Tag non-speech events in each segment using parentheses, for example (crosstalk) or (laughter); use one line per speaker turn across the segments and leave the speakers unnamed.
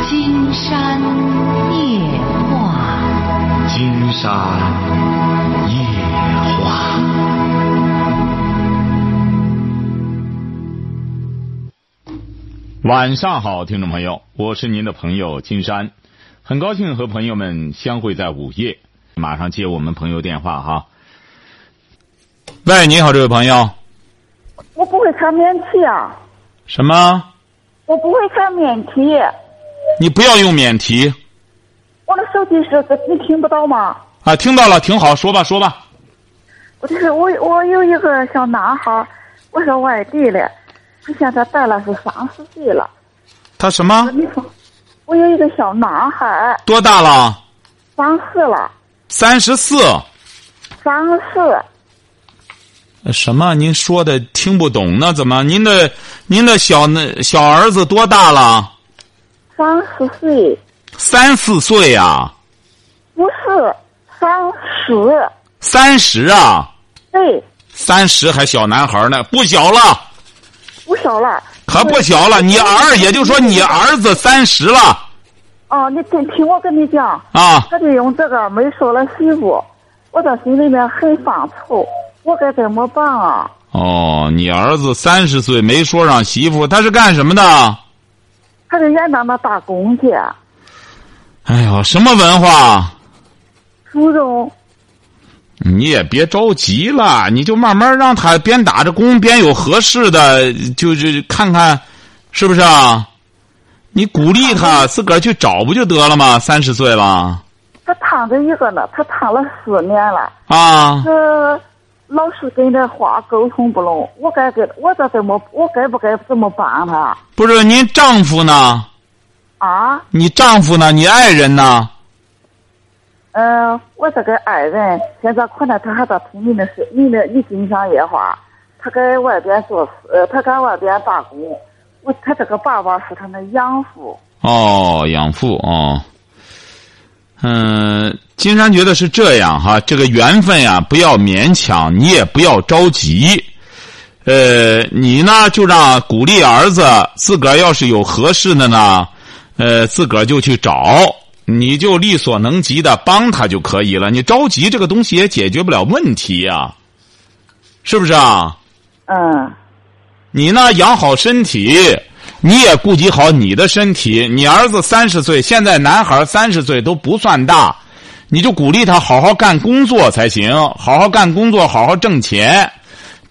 金山夜话。
金山夜话。晚上好，听众朋友，我是您的朋友金山，很高兴和朋友们相会在午夜。马上接我们朋友电话哈。喂，你好，这位朋友，
我不会开免提啊，
什么？
我不会开免提，
你不要用免提
我的手机是你听不到吗？
啊！听到了，挺好，说吧，说吧。
我就是我我有一个小男孩儿，我是外地的，他现在带了是三十岁了。
他什么？
你说，我有一个小男孩儿，
多大了？
三四了，
三十四。
三四，
呃什么？您说的听不懂呢？怎么？您的您的小那小儿子多大了？
三十岁，
三四岁啊？
不是三十，
三十啊？
对，
三十还小男孩呢？不小了，
不小了。
可不小了。你儿，也就是说你儿子三十了
啊，你听听我跟你讲，
啊？
他就用这个没收了媳妇，我在心里面很犯愁，我该怎么办啊？
哦，你儿子三十岁没说上媳妇，他是干什么的？
他是原当的打工去，
哎呦，什么文化？
初中
你也别着急了，你就慢慢让他边打着工边有合适的，就是看看，是不是啊？你鼓励他自个儿去找不就得了吗？三十岁了
他谈着一个呢，他谈了四年了，
啊，
这老是跟这话沟通不拢，我该给我这怎么我该不该怎么办他
不是您丈夫呢？
啊？
你丈夫呢？你爱人呢？
嗯、啊呃我这个爱人现在困难，他还在听你的是你的你经常夜话，他在外边做呃，他在外边打工，我他这个爸爸是他的养父，
哦，养父哦。嗯，金山觉得是这样哈，这个缘分呀，不要勉强，你也不要着急。呃，你呢就让鼓励儿子，自个儿要是有合适的呢，呃，自个儿就去找，你就力所能及的帮他就可以了。你着急这个东西也解决不了问题呀、是不是啊？
嗯，
你呢，养好身体，你也顾及好你的身体。你儿子三十岁，现在男孩三十岁都不算大，你就鼓励他好好干工作才行，好好干工作，好好挣钱。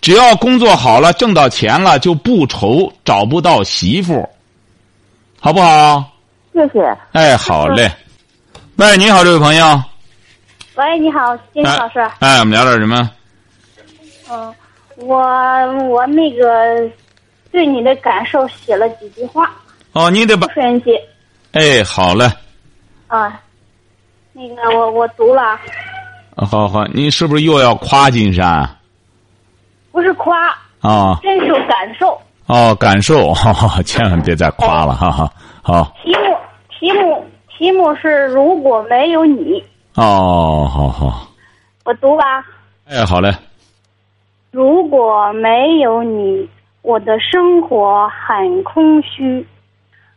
只要工作好了，挣到钱了，就不愁找不到媳妇，好不好？
谢谢。
哎，好嘞。喂，你好，这位朋友。
喂，你好，金
哎
哎老师。
哎，我们聊点什么？
嗯，我我那个对你的感受写了几句话，
哦，你得把
不顺记
哎，好嘞，
啊。那个我我读了，
好好，你是不是又要夸金山啊？
不是夸，
啊
真是感受。
哦，感受， (laughs) 哈哈，千万别再夸了，哈哈。好，
题目题目题目是如果没有你，
哦，好好，
我读吧。
哎，好嘞，
如果没有你，我的生活很空虚；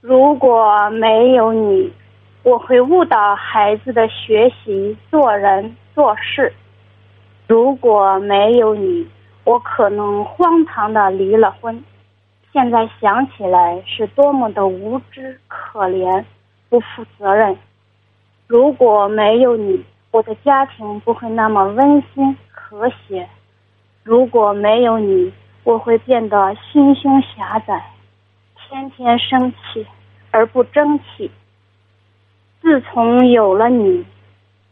如果没有你，我会误导孩子的学习、做人、做事；如果没有你，我可能荒唐的离了婚。现在想起来是多么的无知、可怜、不负责任。如果没有你，我的家庭不会那么温馨和谐。如果没有你，我会变得心胸狭窄，天天生气而不争气。自从有了你，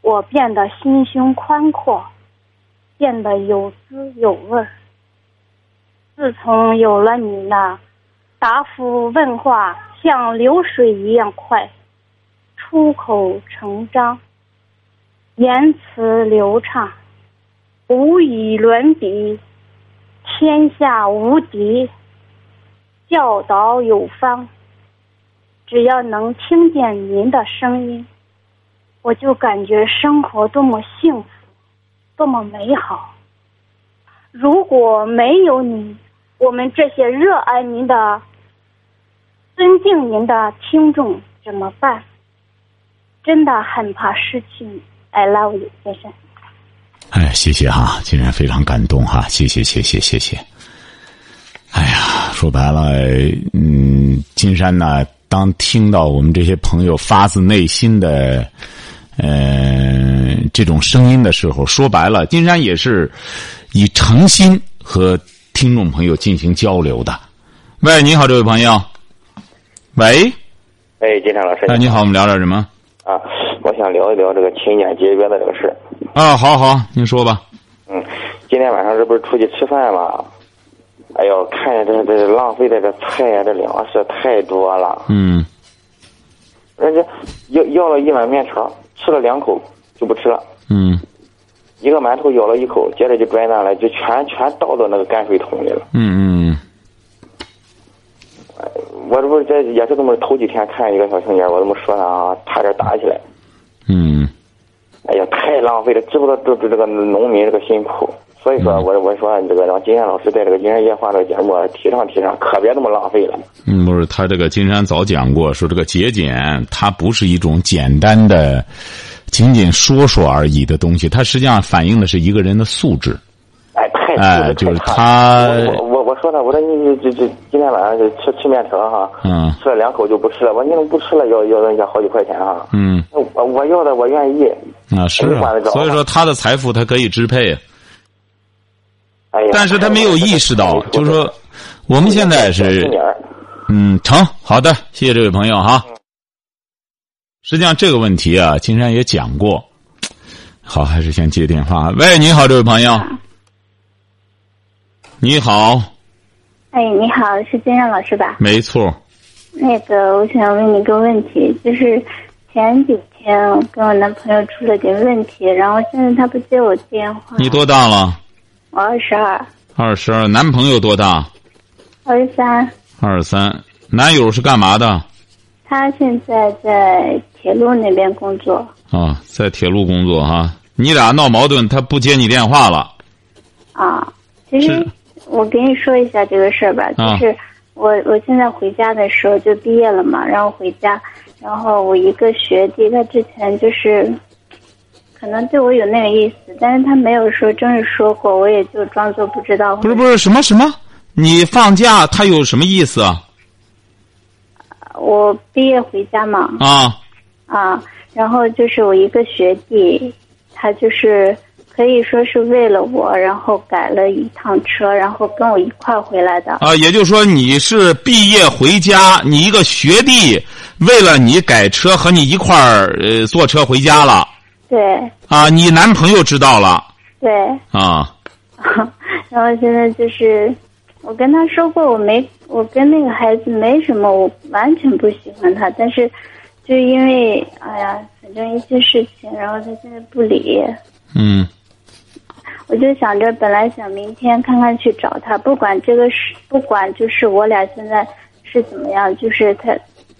我变得心胸宽阔，变得有滋有味儿。自从有了你那答复问话像流水一样快，出口成章，言辞流畅。无与伦比，天下无敌，教导有方。只要能听见您的声音，我就感觉生活多么幸福，多么美好。如果没有你，我们这些热爱您的、尊敬您的听众，
怎么办？真的很怕失去你。I love you，先生。
哎，谢谢哈，竟然非常感动哈，谢谢谢谢谢谢。哎呀，说白了，嗯，金山呢，当听到我们这些朋友发自内心的，呃，这种声音的时候，说白了，金山也是以诚心和听众朋友进行交流的。喂，你好，这位朋友。喂，
哎，金山老师，
哎，你好，我们聊点什么？
啊，我想聊一聊这个勤俭节约的这个事。
啊，好好，您说吧。
嗯，今天晚上这不是出去吃饭嘛？哎呦，看见这这浪费的这菜呀、这粮食太多了。
嗯，
人家要要了一碗面条，吃了两口就不吃了；
嗯，
一个馒头咬了一口，接着就拽那了，就全全倒到那个泔水桶里了。
嗯嗯
我这不是这也是这么头几天看一个小青年，我这么说他啊，差点打起来。
嗯
哎呀，太浪费了，知不知道这这这个农民这个辛苦？所以说
嗯
我我说这个让金燕老师在这个《金山夜话》这个节目啊提倡提倡，可别这么浪费了。
嗯，不是，他这个金山早讲过，说这个节俭，它不是一种简单的、仅仅说说而已的东西，它实际上反映的是一个人的素质。
哎，太
哎
素质
就是
太
他
差了我我我我说他，我说你这这今天晚上就吃吃面条哈，
嗯
吃了两口就不吃了，我说你怎么不吃了要要人家好几块钱啊？
嗯，
那我我要的我愿意，
啊是
我就管
啊
得，着
所以说他的财富他可以支配，
哎呀，
但是他没有意识到，就是说我们现在是
小心眼儿
嗯，成，好的，谢谢这位朋友哈。实际上这个问题啊，金山也讲过。好，还是先接电话。喂，你好，这位朋友。你好，
哎，你好，是金山老师吧？
没错。
那个，我想问你一个问题，就是前几天我跟我男朋友出了点问题，然后现在他不接我电话。
你多大了？
我二十二，
二十二。男朋友多大？
二十三，
二十三。男友是干嘛的？啊、
他现在在铁路那边工作。
啊在铁路工作哈、你俩闹矛盾，他不接你电话了。
啊，其实
是
我跟你说一下这个事儿吧，
啊
就是我我现在回家的时候就毕业了嘛，然后回家，然后我一个学弟他之前就是，可能对我有那个意思，但是他没有说真是说过，我也就装作不知道。
不是不是什么什么？你放假他有什么意思啊？
我毕业回家嘛，
啊，
啊，然后就是我一个学弟，他就是可以说是为了我，然后改了一趟车，然后跟我一块儿回来的。
啊，也就是说你是毕业回家，你一个学弟为了你改车和你一块儿呃坐车回家了
对
啊，你男朋友知道了
对。
啊，
(laughs) 然后现在就是，我跟他说过，我没，我跟那个孩子没什么，我完全不喜欢他，但是就因为哎呀，反正一些事情，然后他现在不理。
嗯
我就想着，本来想明天看看去找他，不管这个是，不管就是我俩现在是怎么样，就是他，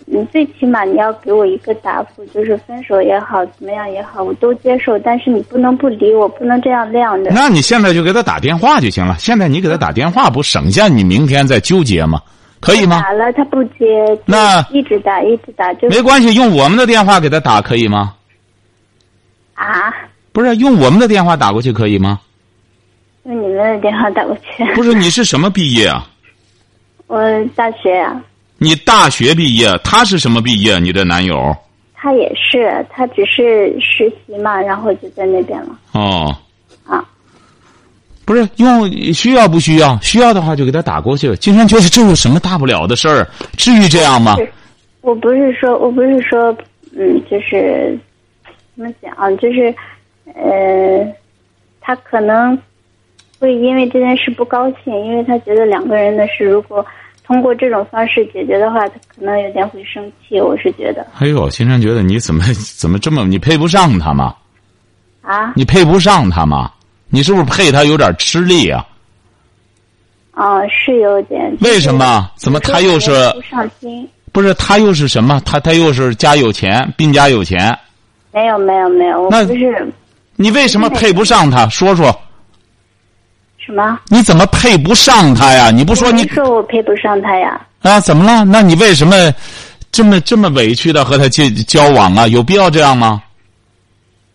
你最起码你要给我一个答复，就是分手也好，怎么样也好，我都接受，但是你不能不理我，不能这样晾着。
那你现在就给他打电话就行了。现在你给他打电话，不省下你明天再纠结吗？可以吗？
打了他不接，就
那 (laughs)
一直打一直打就
没关系，用我们的电话给他打可以吗？
啊，
不是用我们的电话打过去可以吗？
用你们的电话打过去。
不是，你是什么毕业啊？
(laughs) 我大学啊，
你大学毕业，他是什么毕业？你这男友
他也是，他只是实习嘛，然后就在那边了
哦。
啊。
不是用需要不需要？需要的话就给他打过去。金山觉得这有什么大不了的事儿？至于这样吗？
是我不是说，我不是说，嗯，就是怎么讲，啊就是呃，他可能会因为这件事不高兴，因为他觉得两个人的事如果通过这种方式解决的话，他可能有点会生气。我是觉得
哎呦，金山觉得你怎么 (laughs) 怎么这么你配不上他吗？
啊，
你配不上他吗？你是不是配他有点吃力啊？
啊，是有点。
为什？么？怎么他又是
不上心？
不是他又是什么？他他又是家有钱，并家有钱，
没有没有没有，我
那
不是
你为什么配不上他？说说
什么？
你怎么配不上他呀？你不
我
说你
没说我配不上他呀？
啊？怎么了？那你为什么这么这么委屈的和他交交往啊，有必要这样吗？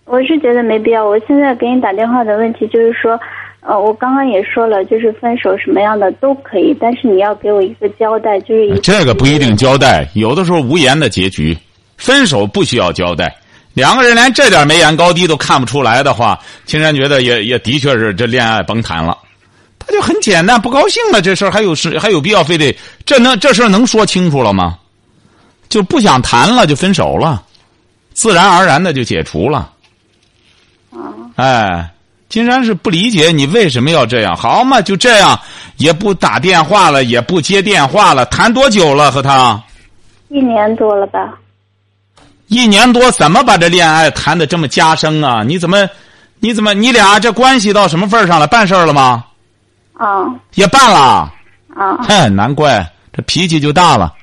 我是觉得没必要。我现在给你打电话的问题就是说，呃，我刚刚也说了，就是分手什么样的都可以，但是你要给我一个交代，就是一
呃这个不一定交代，有的时候无言的结局，分手不需要交代。两个人连这点眉眼高低都看不出来的话，青山觉得也也的确是这恋爱甭谈了。他就很简单，不高兴了，这事儿还有事还有必要非得这能这事儿能说清楚了吗？就不想谈了，就分手了，自然而然的就解除了。哎，金山是不理解你为什么要这样，好嘛，就这样，也不打电话了，也不接电话了，谈多久了和他？
一年多了吧。
一年多，怎么把这恋爱谈的这么加深啊？你怎么，你怎么，你俩这关系到什么份儿上了？办事儿了吗？
啊
也办了，
啊，
哼， (laughs) 难怪这脾气就大了，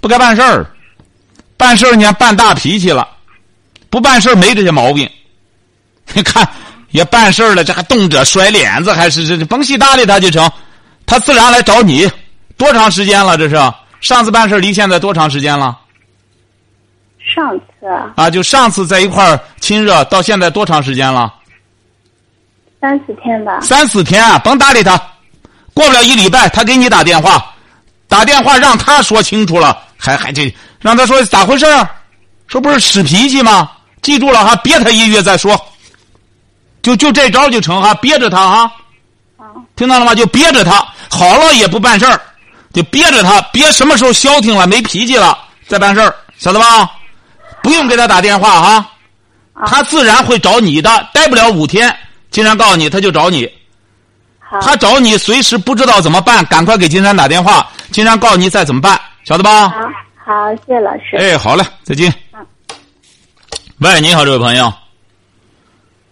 不该办事儿，办事儿你还办大脾气了，不办事儿没这些毛病。 (laughs) 你看，也办事儿了，这还动辄甩脸子，还是这这甭细搭理他就成，他自然来找你。多长时间了？这是上次办事儿离现在多长时间了？
上次啊，
啊，就上次在一块儿亲热，到现在多长时间了？
三四天吧。
三四天、啊，甭搭理他。过不了一礼拜，他给你打电话，打电话让他说清楚了，还还这让他说咋回事儿？说不是使脾气吗？记住了哈，憋他一月再说。就就这招就成哈，憋着他哈。听到了吗？就憋着他，好了也不办事儿，就憋着他，憋什么时候消停了、没脾气了再办事儿，晓得吧？不用给他打电话哈。他自然会找你的，待不了五天，金山告诉你，他就找你。
好，
他找你随时不知道怎么办，赶快给金山打电话，金山告诉你再怎么办，晓得
啊
吧？
好，好，谢谢老师。
哎，好嘞，再见
嗯。
喂，你好，这位朋友。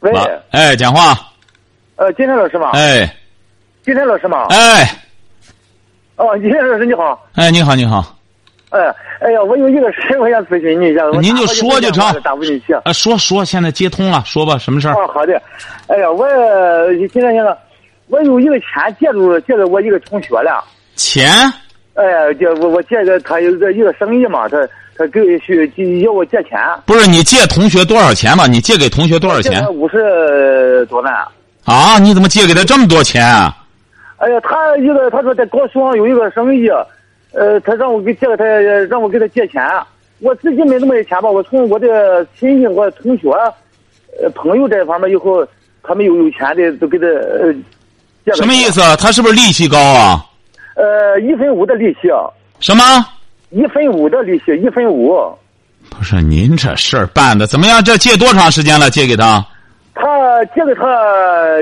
喂，
哇哎，讲话。
呃，金山老师吗？
哎，
金山老师吗？
哎，
哦，金山老师你好。
哎，你好，你好。
哎，哎呀，我有一个事我想咨询你一下。我
您就
打不进
说就成
电话了打不进去。
(laughs) 啊，说说，现在接通了，说吧，什么事儿？
哦，好的。哎呀，我金山先生，我有一个钱借住借给我一个同学了。
钱？
哎呀，借我我借给他一个一个生意嘛，他他给需要我借钱，
不是你借同学多少钱吧？你借给同学多少
哦借
钱
他五十多万。
啊？你怎么借给他这么多钱啊？
哎呀，他一个他说在高速上有一个生意，呃，他让我给借给他，让我给他借钱，啊我自己没那么些钱吧，我从我的亲戚或者同学、呃朋友这方面以后，他们有有钱的都给他呃借。
什么意？思啊？他是不是利息高啊？
呃，一分五的利息，
什么？
一分五的利息，一分五。
不是您这事儿办的怎么样？这借多长时间了？借给他？
他借给他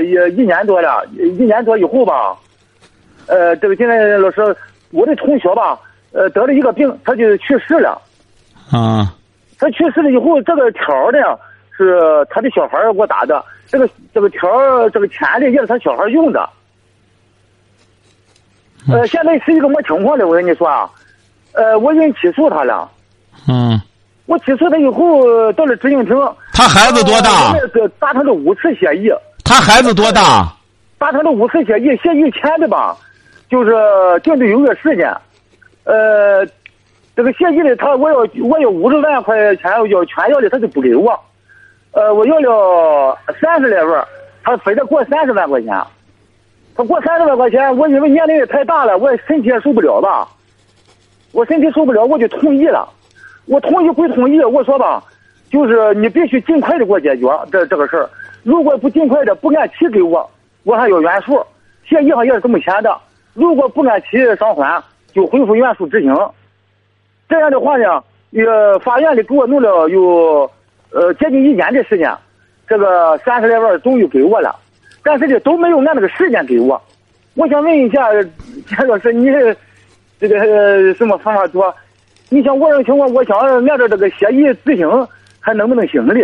也一年多了，一年多以后吧，呃，这个今天老师，我的同学吧，呃，得了一个病，他就去世了。
啊，
他去世了以后，这个条儿呢是他的小孩儿给我打的，这个这个条儿这个钱呢也是他小孩儿用的。
嗯
呃，现在是一个么情况呢？我跟你说啊，呃，我已经起诉他了。
嗯，
我起诉他以后到了执行庭，
他孩子多大
呃？这达成了五次协议，
他孩子多大？
达成了五次协议，协议签的吧，就是定的有个时间，呃，这个协议里他我要我要五十万块钱要全要的，他就不给我，呃，我要了三十来万儿，他非得给我三十万块钱，他给我三十万块钱，我因为年龄也太大了，我身体也受不了吧，我身体受不了，我就同意了，我同意归同意，我说吧，就是你必须尽快的给我解决这这个事儿，如果不尽快的不按期给我，我还要原数，协议上也是这么签的，如果不按期偿还，就恢复原数执行。这样的话呢，呃，法院里给我弄了有呃接近一年的时间，这个三十来万终于给我了，但是呢都没有按那个时间给我。我想问一下，钱老师，你这个、呃什么方法多？你像我这种情况，我想按照这个协议执行，还能不能行的？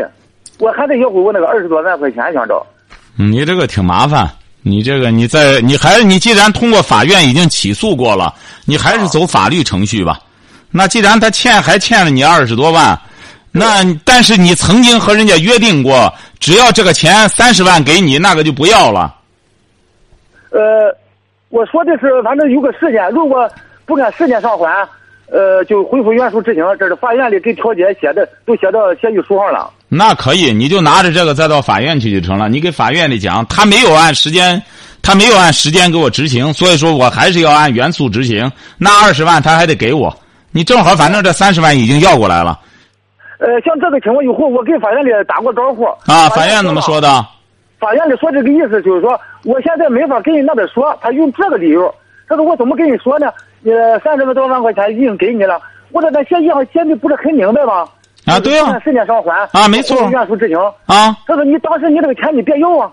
我还得要回我那个二十多万块钱，想着。
嗯你这个挺麻烦。你这个，你在你还是你既然通过法院已经起诉过了，你还是走法律程序吧。那既然他欠还欠了你二十多万，那但是你曾经和人家约定过，只要这个钱三十万给你，那个就不要了。
呃，我说的是，反正有个时间，如果不按时间偿还，呃，就恢复原属执行，这是法院里给调解写的，都写到协议书上了。
那可以，你就拿着这个再到法院去就成了。你给法院里讲，他没有按时间，他没有按时间给我执行，所以说我还是要按原速执行。那二十万他还得给我，你正好，反正这三十万已经要过来了
呃，像这个情况以后，我跟法院里打过招呼
啊。法院怎么说
的？
的？
法院里说这个意思就是说，我现在没法跟你那边说，他用这个理由。他说我怎么跟你说呢？呃，三十多万块钱已经给你了，我说咱协议上签的不是很明白吗？
啊对啊
时间上还
啊没错
恢复原属执行。
啊，
他说你当时你这个钱你别要啊，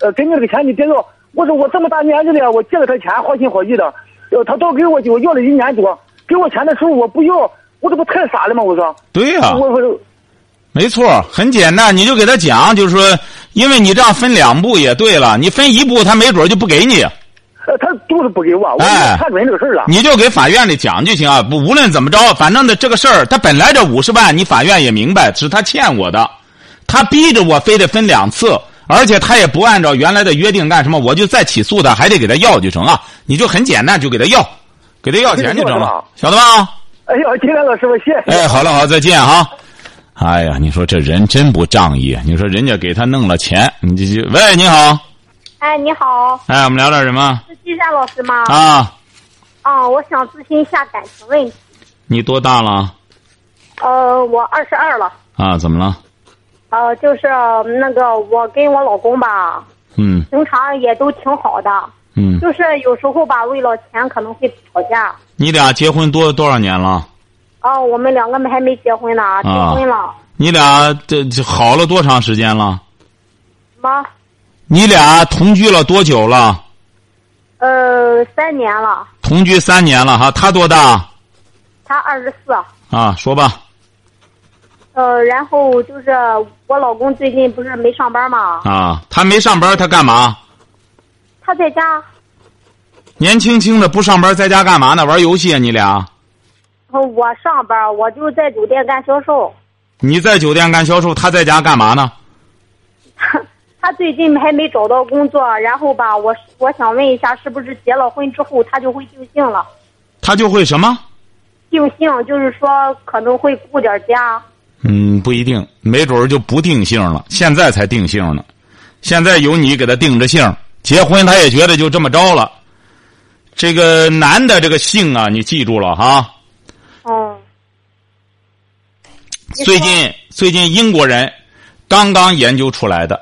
呃，给你这个钱你别要。我说我这么大年纪了，我借了他钱，好心好意的，呃，他倒给我我要了一年多，给我钱的时候我不要，我这不太傻了吗？我说，
对呀、
我我
没错，很简单，你就给他讲，就是说，因为你这样分两步也对了，你分一步他没准就不给你，
呃，他就是不给我，我
哎
看准这个事儿了。
你就给法院里讲就行啊。不，无论怎么着，反正呢这个事儿，他本来这五十万，你法院也明白是他欠我的，他逼着我非得分两次，而且他也不按照原来的约定干什么，我就再起诉他，还得给他要就成了。你就很简单，就给他要，给他要钱就成了，晓得吧？
哎呦，金亮老师傅，谢谢。
哎，好了好，再见哈。哎呀，你说这人真不仗义，啊你说人家给他弄了钱，你这就喂，你好，
哎，你好，
哎，我们聊点什么
是季山老师吗？
啊？
啊，我想咨询一下感情问题。
你多大了
呃，我二十二了。
啊？怎么了？
呃，就是那个我跟我老公吧，
嗯
平常也都挺好的，
嗯，
就是有时候吧，为了钱可能会吵架。
你俩结婚多多少年了？
啊、我们两个还没结婚呢，结婚了
你俩这这好了多长时间了？
吗？
你俩同居了多久了？
呃，三年了，
同居三年了哈，他多大
他二十四。
啊？说吧
呃，然后就是我老公最近不是没上班嘛，
啊，他没上班，他干嘛？
他在家，
年轻轻的不上班，在家干嘛呢？玩游戏啊？你俩？
呃我上班，我就在酒店干销售。
你在酒店干销售，他在家干嘛呢？
(laughs) 他最近还没找到工作，然后吧，我我想问一下，是不是结了婚之后他就会定性了？
他就会什么？
定性就是说可能会顾点家。
嗯，不一定，没准儿就不定性了。现在才定性呢，现在有你给他定着性，结婚他也觉得就这么着了。这个男的这个性啊，你记住了哈。
嗯，你说
最近最近英国人刚刚研究出来的，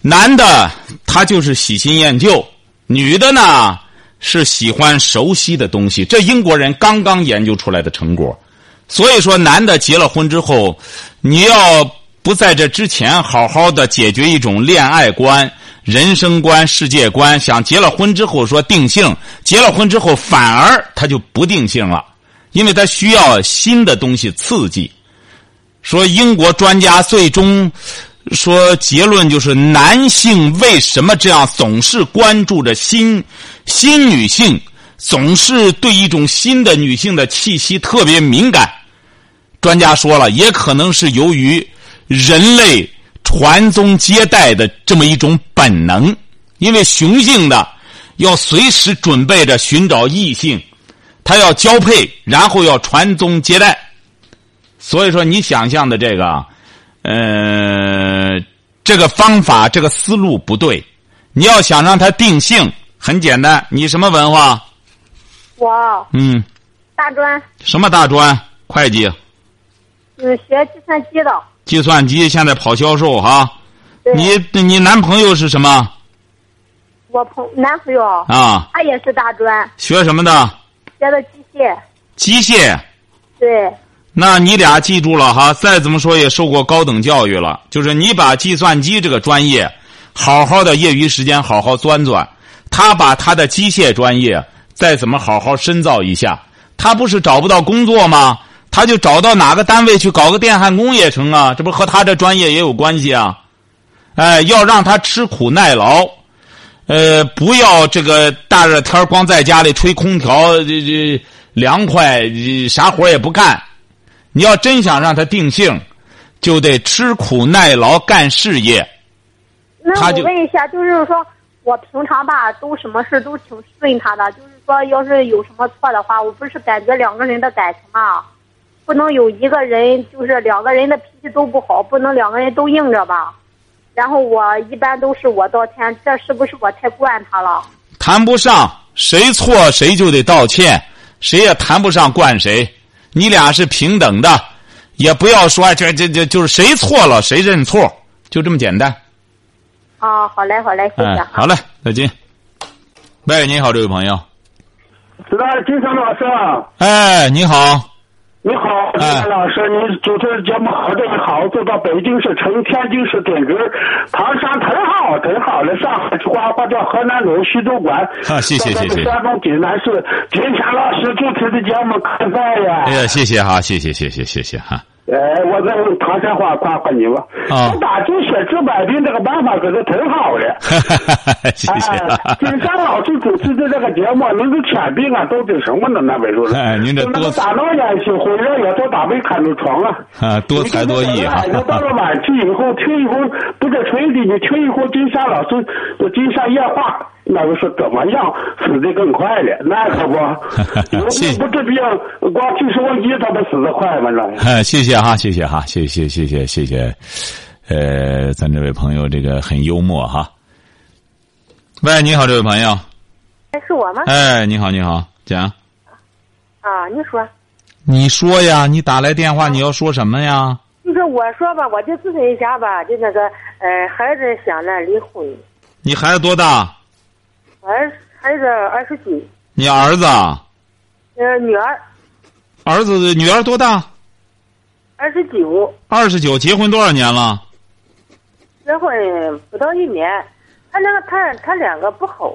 男的他就是喜新厌旧，女的呢是喜欢熟悉的东西。这英国人刚刚研究出来的成果，所以说男的结了婚之后，你要不在这之前好好的解决一种恋爱观。人生观、世界观，想结了婚之后说定性，结了婚之后反而他就不定性了。因为他需要新的东西刺激。说英国专家最终说结论就是，男性为什么这样总是关注着新新女性，总是对一种新的女性的气息特别敏感？专家说了，也可能是由于人类传宗接代的这么一种本能，因为雄性的要随时准备着寻找异性。他要交配，然后要传宗接代。所以说，你想象的这个，呃，这个方法、这个思路不对。你要想让他定性，很简单，你什么文化？
我
嗯，
大专，
什么大专、会计、
嗯，学计算机的。
计算机，现在跑销售哈。
对，
你你男朋友是什么
我朋男朋友，
啊？
他也是大专，
学什么的？
学的机械。
机械。
对，
那你俩记住了哈，再怎么说也受过高等教育了，就是你把计算机这个专业，好好的业余时间好好钻钻，他把他的机械专业再怎么好好深造一下，他不是找不到工作吗？他就找到哪个单位去搞个电焊工也成啊，这不和他这专业也有关系啊？哎，要让他吃苦耐劳，呃，不要这个大热天儿光在家里吹空调，这这凉快，这啥活儿也不干。你要真想让他定性，就得吃苦耐劳干事业。
那
他
我
就
问一下，就是说我平常吧，都什么事都挺顺他的，就是说要是有什么错的话，我不是感觉两个人的感情啊，不能有一个人就是两个人的脾气都不好，不能两个人都硬着吧。然后我一般都是我道歉，这是不是我太惯他了？
谈不上，谁错谁就得道歉，谁也谈不上惯谁。你俩是平等的，也不要说哎这这这就是谁错了谁认错，就这么简单。
啊，好嘞，好嘞，谢啊谢
哎，
哈。
好嘞，再见。喂，你好，这位朋友。
子弹金山老师啊，
哎，你好，
你好，子
哎
弹老师，你主持人节目好，这个好，做到北京市城、天津市点歌，唐山很好，很好了。上海花花叫河南鲁徐州管，
啊谢谢
在咱们
谢谢
山东济南市金山老师主持的节目可赞呀！
哎呀，谢谢哈，谢谢谢谢谢谢哈。
哎，我再用唐山话夸夸你吧。
啊
我打鸡血治百病这个办法可是挺好的。
哈哈哈哈 (laughs) (laughs) 谢谢
哎，金山老师主持的这个节目，您这犬病啊，都是什么呢？那位主持人，
哎您这多
那个大老眼睛，浑身也都打没看着床啊。
啊， (laughs) 多才多艺哈，
你这个人哎。你到了晚期以后，听一回不是吹的，你听一回金山老师的金山夜话，那个是怎么样死的更快了？那可不
(laughs)
有
谢谢
病不治病，光听收音机，他不死得快吗？那。
哎， (laughs) 谢谢哈，谢谢哈，谢谢谢谢谢谢，呃，咱这位朋友这个很幽默哈。喂，你好，这位朋友。
哎，是我吗？
哎，你好，你好，讲，哎
啊，你说，
你说呀，你打来电话，你要说什么呀？
就是我说吧，我就咨询一下吧，就那个，呃，孩子想呢离婚，
你孩子多大？
我儿孩子二十几，
你儿子啊？
呃，女儿
儿子女儿多大？
二十九，
二十九，结婚多少年了？
结婚不到一年，他那个他他两个不好，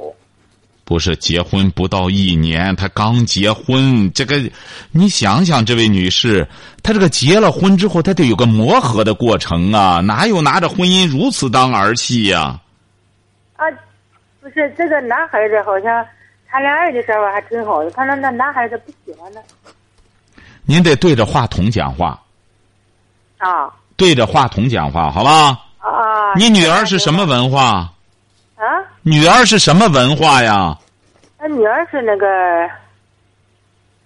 不是结婚不到一年，他刚结婚，这个，你想想，这位女士，她这个结了婚之后，她得有个磨合的过程啊，哪有拿着婚姻如此当儿戏呀、
啊，不是这个男孩子好像谈恋爱的时候还挺好的，他那那男孩子不喜欢他
您得对着话筒讲话，
啊
对着话筒讲话，好吧？
啊
你女儿是什么文化？
啊？
女儿是什么文化呀？
他女儿是那个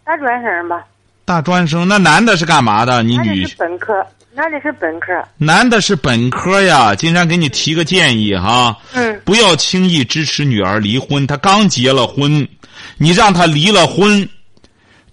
大专生吧？
大专生，那男的是干嘛的？你
男的
女
是本科，男的是本科，
男的是本科呀，金山给你提个建议哈，
嗯
不要轻易支持女儿离婚。她刚结了婚，你让她离了婚，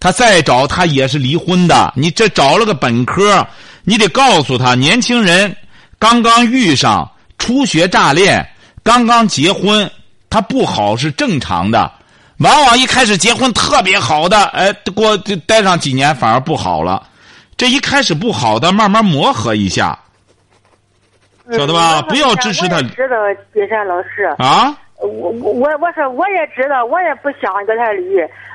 她再找她也是离婚的。你这找了个本科，你得告诉她，年轻人刚刚遇上初学乍练，刚刚结婚，她不好是正常的。往往一开始结婚特别好的，哎，过待上几年反而不好了。这一开始不好的，慢慢磨合一下。
嗯
晓得吧
我说
不要支持他
我也知道金山老师，
啊，
我我我我说我也知道，我也不想跟他离。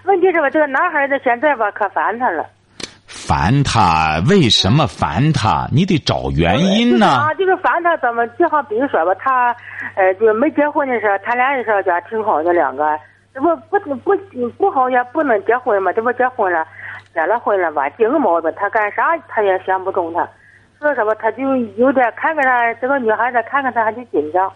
问题是吧，这个男孩子现在吧可烦他了。
烦他，为什么烦他？你得找原因
就是
呢
啊，。就是烦他怎么？就好比如说吧，他，呃，就没结婚的时候，谈恋爱的时候家挺好的两个，这不不不不好也不能结婚嘛，这不结婚了，结了婚了吧，这个毛病，他干啥他也想不中他，说什么他就有点看看他这个女孩子，看看他还就紧张，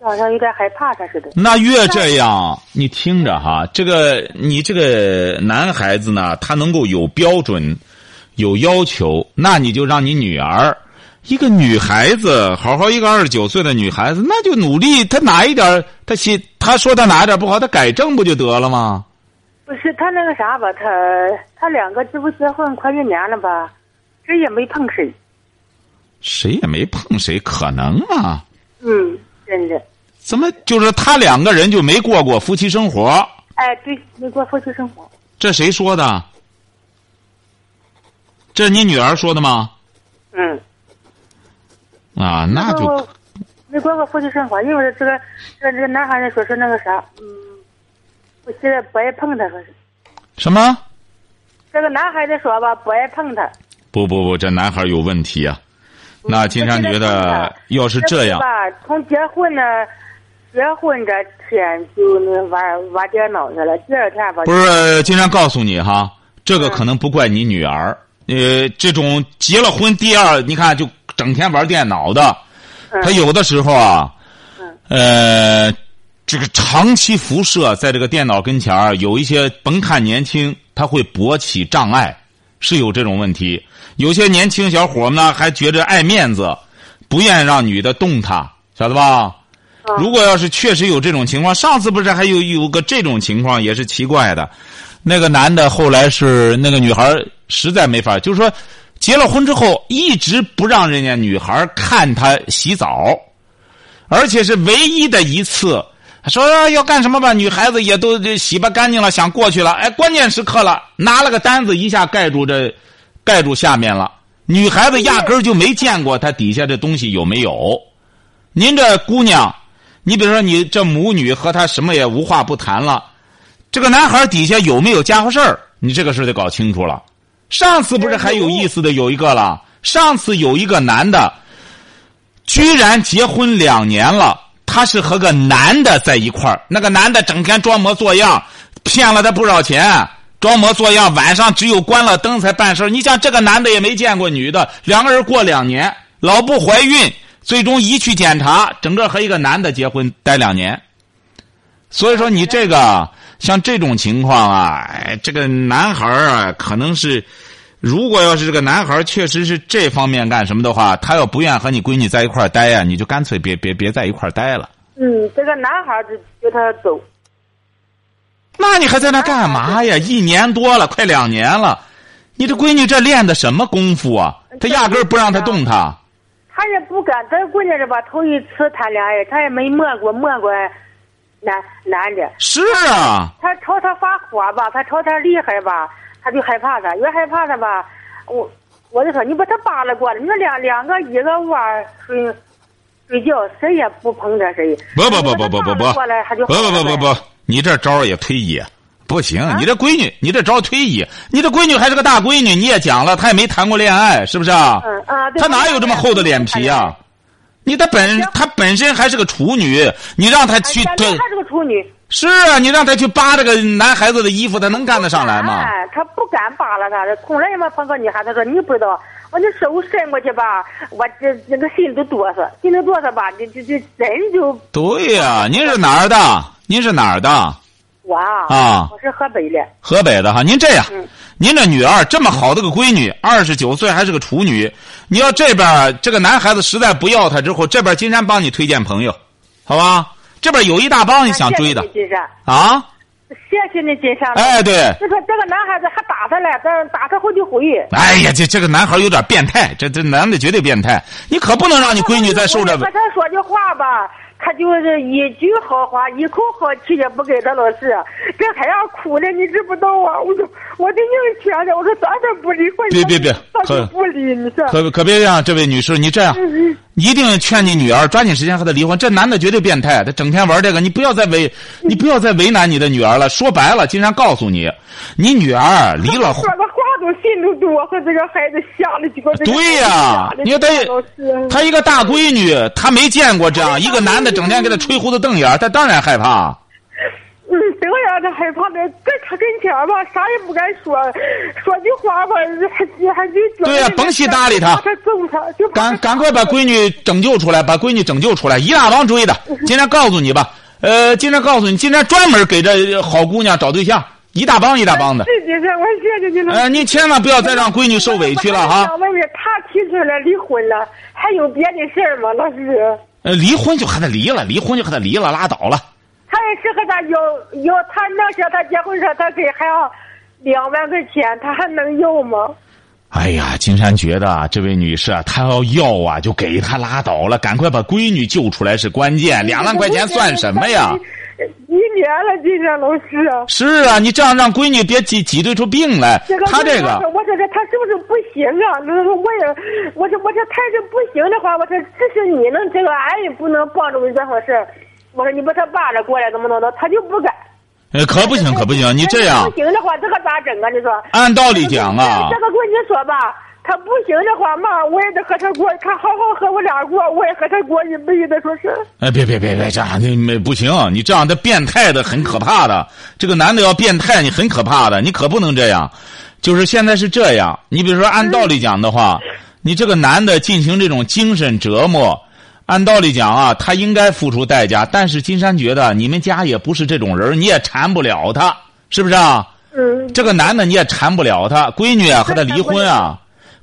就好像有点害怕他似的。
那越这样，你听着哈，这个你这个男孩子呢，他能够有标准，有要求，那你就让你女儿，一个女孩子，好好一个二十九岁的女孩子，那就努力，她哪一点儿，她写，她说她哪一点儿不好，她改正不就得了吗？
不是他那个啥吧，他他两个这不结婚快一年了吧，这也没碰谁，
谁也没碰谁，可能啊？
嗯，真的，
怎么就是他两个人就没过过夫妻生活？
哎，对，没过夫妻生活。
这谁说的？这是你女儿说的吗？
嗯，
啊，那就
我没过过夫妻生活，因为这个这这男孩子说是那个啥，嗯，我现在不爱碰他，说是
什么？
这个男孩子说吧，不爱碰他。
不不不，这男孩有问题啊！那金山觉得，要是这样，
吧，从结婚呢，结婚这天就那玩玩电脑去了，第二天吧，
不是金山告诉你哈，这个可能不怪你女儿。呃，这种结了婚第二，你看就整天玩电脑的，
嗯
他有的时候啊，呃，这个长期辐射在这个电脑跟前儿，有一些甭看年轻，它会勃起障碍，是有这种问题。有些年轻小伙们呢，还觉着爱面子，不愿意让女的动他，晓得吧？如果要是确实有这种情况，上次不是还有有个这种情况，也是奇怪的。那个男的后来是那个女孩儿实在没法，就是说结了婚之后一直不让人家女孩儿看他洗澡，而且是唯一的一次。说哎要干什么吧，女孩子也都这洗吧干净了，想过去了。哎，关键时刻了，拿了个单子一下盖住这，盖住下面了。女孩子压根儿就没见过他底下这东西有没有。您这姑娘，你比如说你这母女和他什么也无话不谈了，这个男孩底下有没有家伙事儿？你这个事儿得搞清楚了。上次不是还有意思的有一个了？上次有一个男的，居然结婚两年了，他是和个男的在一块儿，那个男的整天装模作样，骗了他不少钱，装模作样，晚上只有关了灯才办事儿你想这个男的也没见过女的，两个人过两年，老不怀孕，最终一去检查，整个和一个男的结婚待两年。所以说你这个像这种情况啊，哎，这个男孩儿啊，可能是，如果要是这个男孩儿确实是这方面干什么的话，他要不愿和你闺女在一块儿待呀、你就干脆别别别在一块儿待了。
嗯，这个男孩就叫他走，
那你还在那干嘛呀？一年多了，快两年了，你这闺女这练的什么功夫啊？他压根儿不让他动他。
他也不敢。这关键是吧，头一次谈恋爱，他也没摸过摸过男男的。
是啊，
他朝他发火吧，他朝他厉害吧，他就害怕他，越害怕他吧，我我就说你把他扒拉过来，你说两两个一个屋儿睡睡觉，谁也不碰着谁。
不不不不不不
你把他扒
不
拉过来他就
不
好了
不不
呗
不不，你这招儿也忒野，不行，你这闺女，你这招儿忒野，你这闺女还是个大闺女，你也讲了，她也没谈过恋爱，是不是啊？
嗯啊，对
她哪有这么厚的脸皮呀、啊？你她本
行
她本身还是个处女，你让她
哎
去
但
对
是，她是个处女，
是啊，你让她去扒这个男孩子的衣服，她能干得上来吗？
哎，他不敢扒拉他，从来没碰个女孩子。他说你不知道，我那手伸过去吧，我这那个心都哆嗦，心都哆嗦吧，这这这人就
对呀、您是哪儿的？您是哪儿的？
我啊，
啊
我是河北的，
河北的哈，您这样
嗯，
您这女儿这么好的个闺女，二十九岁还是个处女，你要这边儿这个男孩子实在不要她之后，这边儿金山帮你推荐朋友，好吧？这边儿有一大帮你想追的
谢谢你金山，
啊？
谢谢你金山。
哎，对，
这个这个男孩子还打他了，但打他好几回。
哎呀，这这个男孩有点变态，这这男的绝对变态，你可不能让你闺女再受这
(laughs) 我和他说的话吧，他就是一句好话，一口好气也不给他老师，这还要哭呢，你知不知道啊？我说我这硬强的，我说咋这不离婚？
别别别
咋就
可
不离？你说
可可别让这位女士，你这样，一定劝你女儿抓紧时间和他离婚。这男的绝对变态，他整天玩这个，你不要再为，你不要再为难你的女儿了。说白了，金山告诉你，你女儿离了婚
说，个话都心都多，和这个孩子吓得几个。
对呀、你说
说
他他一个大闺女，她啊没见过这嗯样一个男的，整天给她吹胡子瞪眼儿，她当然害怕。
嗯，这样的害怕的，在他跟前吧，啥也不敢说，说句话吧，还还就
对呀甭去搭理他
他，他揍他，就怕
赶
他
赶快把闺女拯救出来，把闺女拯救出来，一大帮追的。今天告诉你吧，呃，今天告诉你，今天专门给这好姑娘找对象，一大帮一大帮的。
是金山，我谢谢你了。
呃，您千万不要再让闺女受委屈了
我
哈
想！问问，他提出来离婚了，还有别的事儿吗？老师，
呃，离婚就和他离了，离婚就和他离了，拉倒了。
他也是和他要要，他那时候他结婚时候他给还要两万块钱，他还能要吗？
哎呀，金山觉得啊，这位女士啊，她要要啊，就给她拉倒了，赶快把闺女救出来是关键。两万块钱算什么呀？
一年了，今天老师。
是啊，你这样让闺女别挤挤兑出病来。她这个，
我说这他是不是不行啊？那我也，我这我这他是不行的话，我说只是你能这个，俺也不能帮助你这回事儿。我说你把他扒拉过来怎么弄的，他就不敢。
呃，可不行，可不行，你这样
不，行的话，这可咋整啊？你说。
按道理讲啊
这，个跟你说吧，他不行的话嘛，我也得和他过，他好好和我俩过，我也和他过一辈子，说是。
哎，别别别别这样，你没不行，你这样的变态的很可怕的。这个男的要变态，你很可怕的，你可不能这样。就是现在是这样，你比如说按道理讲的话，你这个男的进行这种精神折磨，按道理讲啊，他应该付出代价，但是金山觉得你们家也不是这种人儿，你也缠不了他，是不是啊？
嗯，
这个男的你也缠不了他，闺女啊和他离婚啊，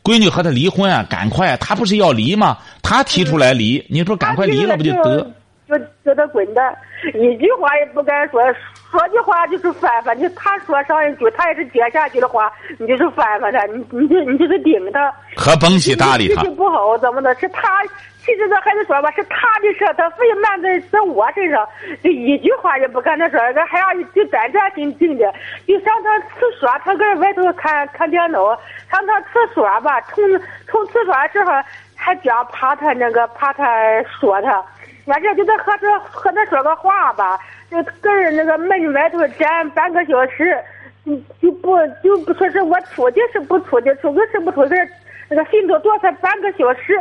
闺女和他离婚啊，赶快啊，他不是要离吗？他提出来离，你说赶快离了不就得？
就就得滚蛋，一句话也不该说，说句话就是翻翻。就他说上一句，他也是接下去的话，你就是翻翻他，你你就你就是顶他。
和甭起搭理
脾
他
气，不好怎么的？是他，其实咱还是说吧，是他的事儿，他非难在在我身上，就一句话也不跟他说，俺还让就在这静静的，就上他厕所，他搁外头看看电脑，上他厕所吧，冲冲厕所的时候还讲怕他那个怕他说他。完事儿就得和他和他说个话吧，就跟人那个门外头站半个小时，就就不就不说是我出去是不出去，出去是不出去，那个心头多才半个小时，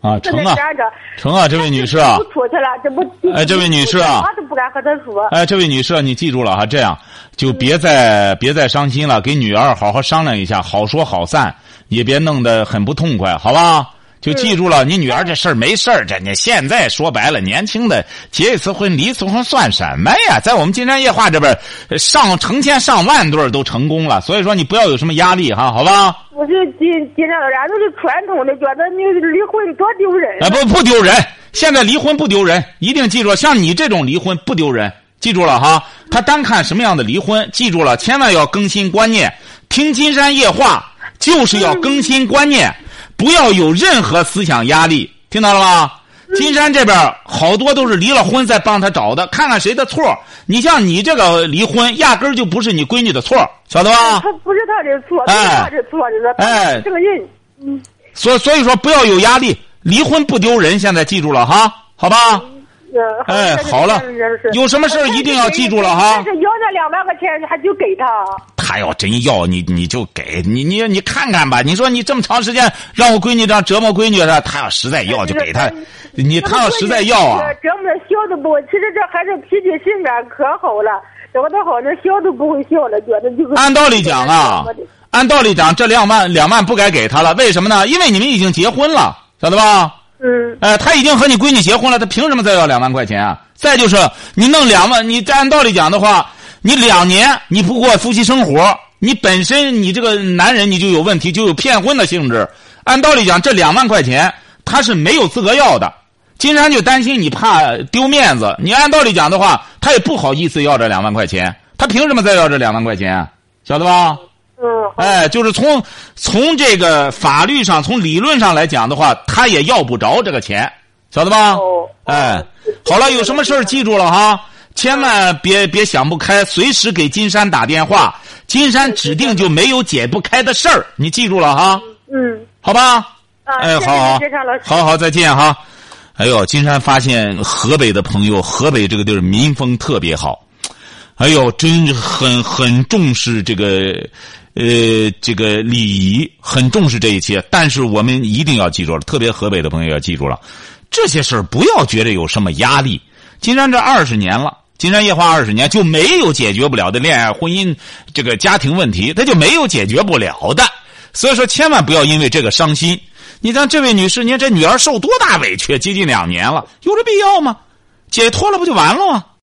啊，
在
成
那
啊，
站着。
成啊，这位女士啊
不，出去了，这不
哎这位女士啊
我都不敢和他说。
哎，这位女士啊，你记住了哈，这样就别再别再伤心了，给女儿好好商量一下，好说好散，也别弄得很不痛快，好吧？就记住了，你女儿这事儿没事儿，这你现在说白了，年轻的结一次婚离一次婚算什么呀？在我们金山夜话这边，呃上成千上万对儿都成功了，所以说你不要有什么压力哈，好吧？
我就今今天老人都是传统的，觉得你离婚多丢人
哎，
啊。
不不丢人，现在离婚不丢人，一定记住，像你这种离婚不丢人，记住了哈。他单看什么样的离婚，记住了，千万要更新观念。听金山夜话就是要更新观念，不要有任何思想压力，听到了吗？金山这边儿好多都是离了婚再帮他找的，看看谁的错儿。你像你这个离婚，压根儿就不是你闺女的错儿，晓得吧？
他啊不是他的错，不
哎
是他的错，你说
哎
他这个人，
所以所以说不要有压力，离婚不丢人，现在记住了哈，好吧？
呃
哎，好了，有什么事儿一定要记住了哈
但。是要那两万块钱，还就给他。
他要真要你，你就给你你你看看吧。你说你这么长时间让我闺女这样折磨闺女是吧？他要实在要就给他，你他要实在要啊，
折磨的笑都不会。其实这孩子脾气性格可好了，折磨的好，那笑都不会笑了，觉得就是。
按道理讲啊
折磨的，
按道理讲这两万两万不该给他了，为什么呢？因为你们已经结婚了，晓得吧？
嗯，
呃，他已经和你闺女结婚了，他凭什么再要两万块钱啊？再就是你弄两万，你按道理讲的话，你两年你不过夫妻生活，你本身你这个男人你就有问题，就有骗婚的性质。按道理讲，这两万块钱他是没有资格要的。金山就担心你怕丢面子，你按道理讲的话，他也不好意思要这两万块钱，他凭什么再要这两万块钱啊？晓得吧？
嗯，好，
哎，就是从从这个法律上、从理论上来讲的话，他也要不着这个钱，晓得吧？
哦
哎
哦，
好了，有什么事儿记住了哈，千万别别想不开，随时给金山打电话，金山指定就没有解不开的事儿，你记住了哈，
嗯，
好吧？
啊，
哎，
谢
好好
谢张老，师，
好好，再见哈。哎呦，金山发现河北的朋友，河北这个地儿民风特别好。哎呦，真是很很重视这个，呃，这个礼仪，很重视这一切。但是我们一定要记住了，特别河北的朋友要记住了，这些事儿不要觉得有什么压力。金山这二十年了，金山夜话二十年就没有解决不了的恋爱、婚姻这个家庭问题，他就没有解决不了的。所以说，千万不要因为这个伤心。你像这位女士，你看这女儿受多大委屈，接近两年了，有这必要吗？解脱了不就完了吗？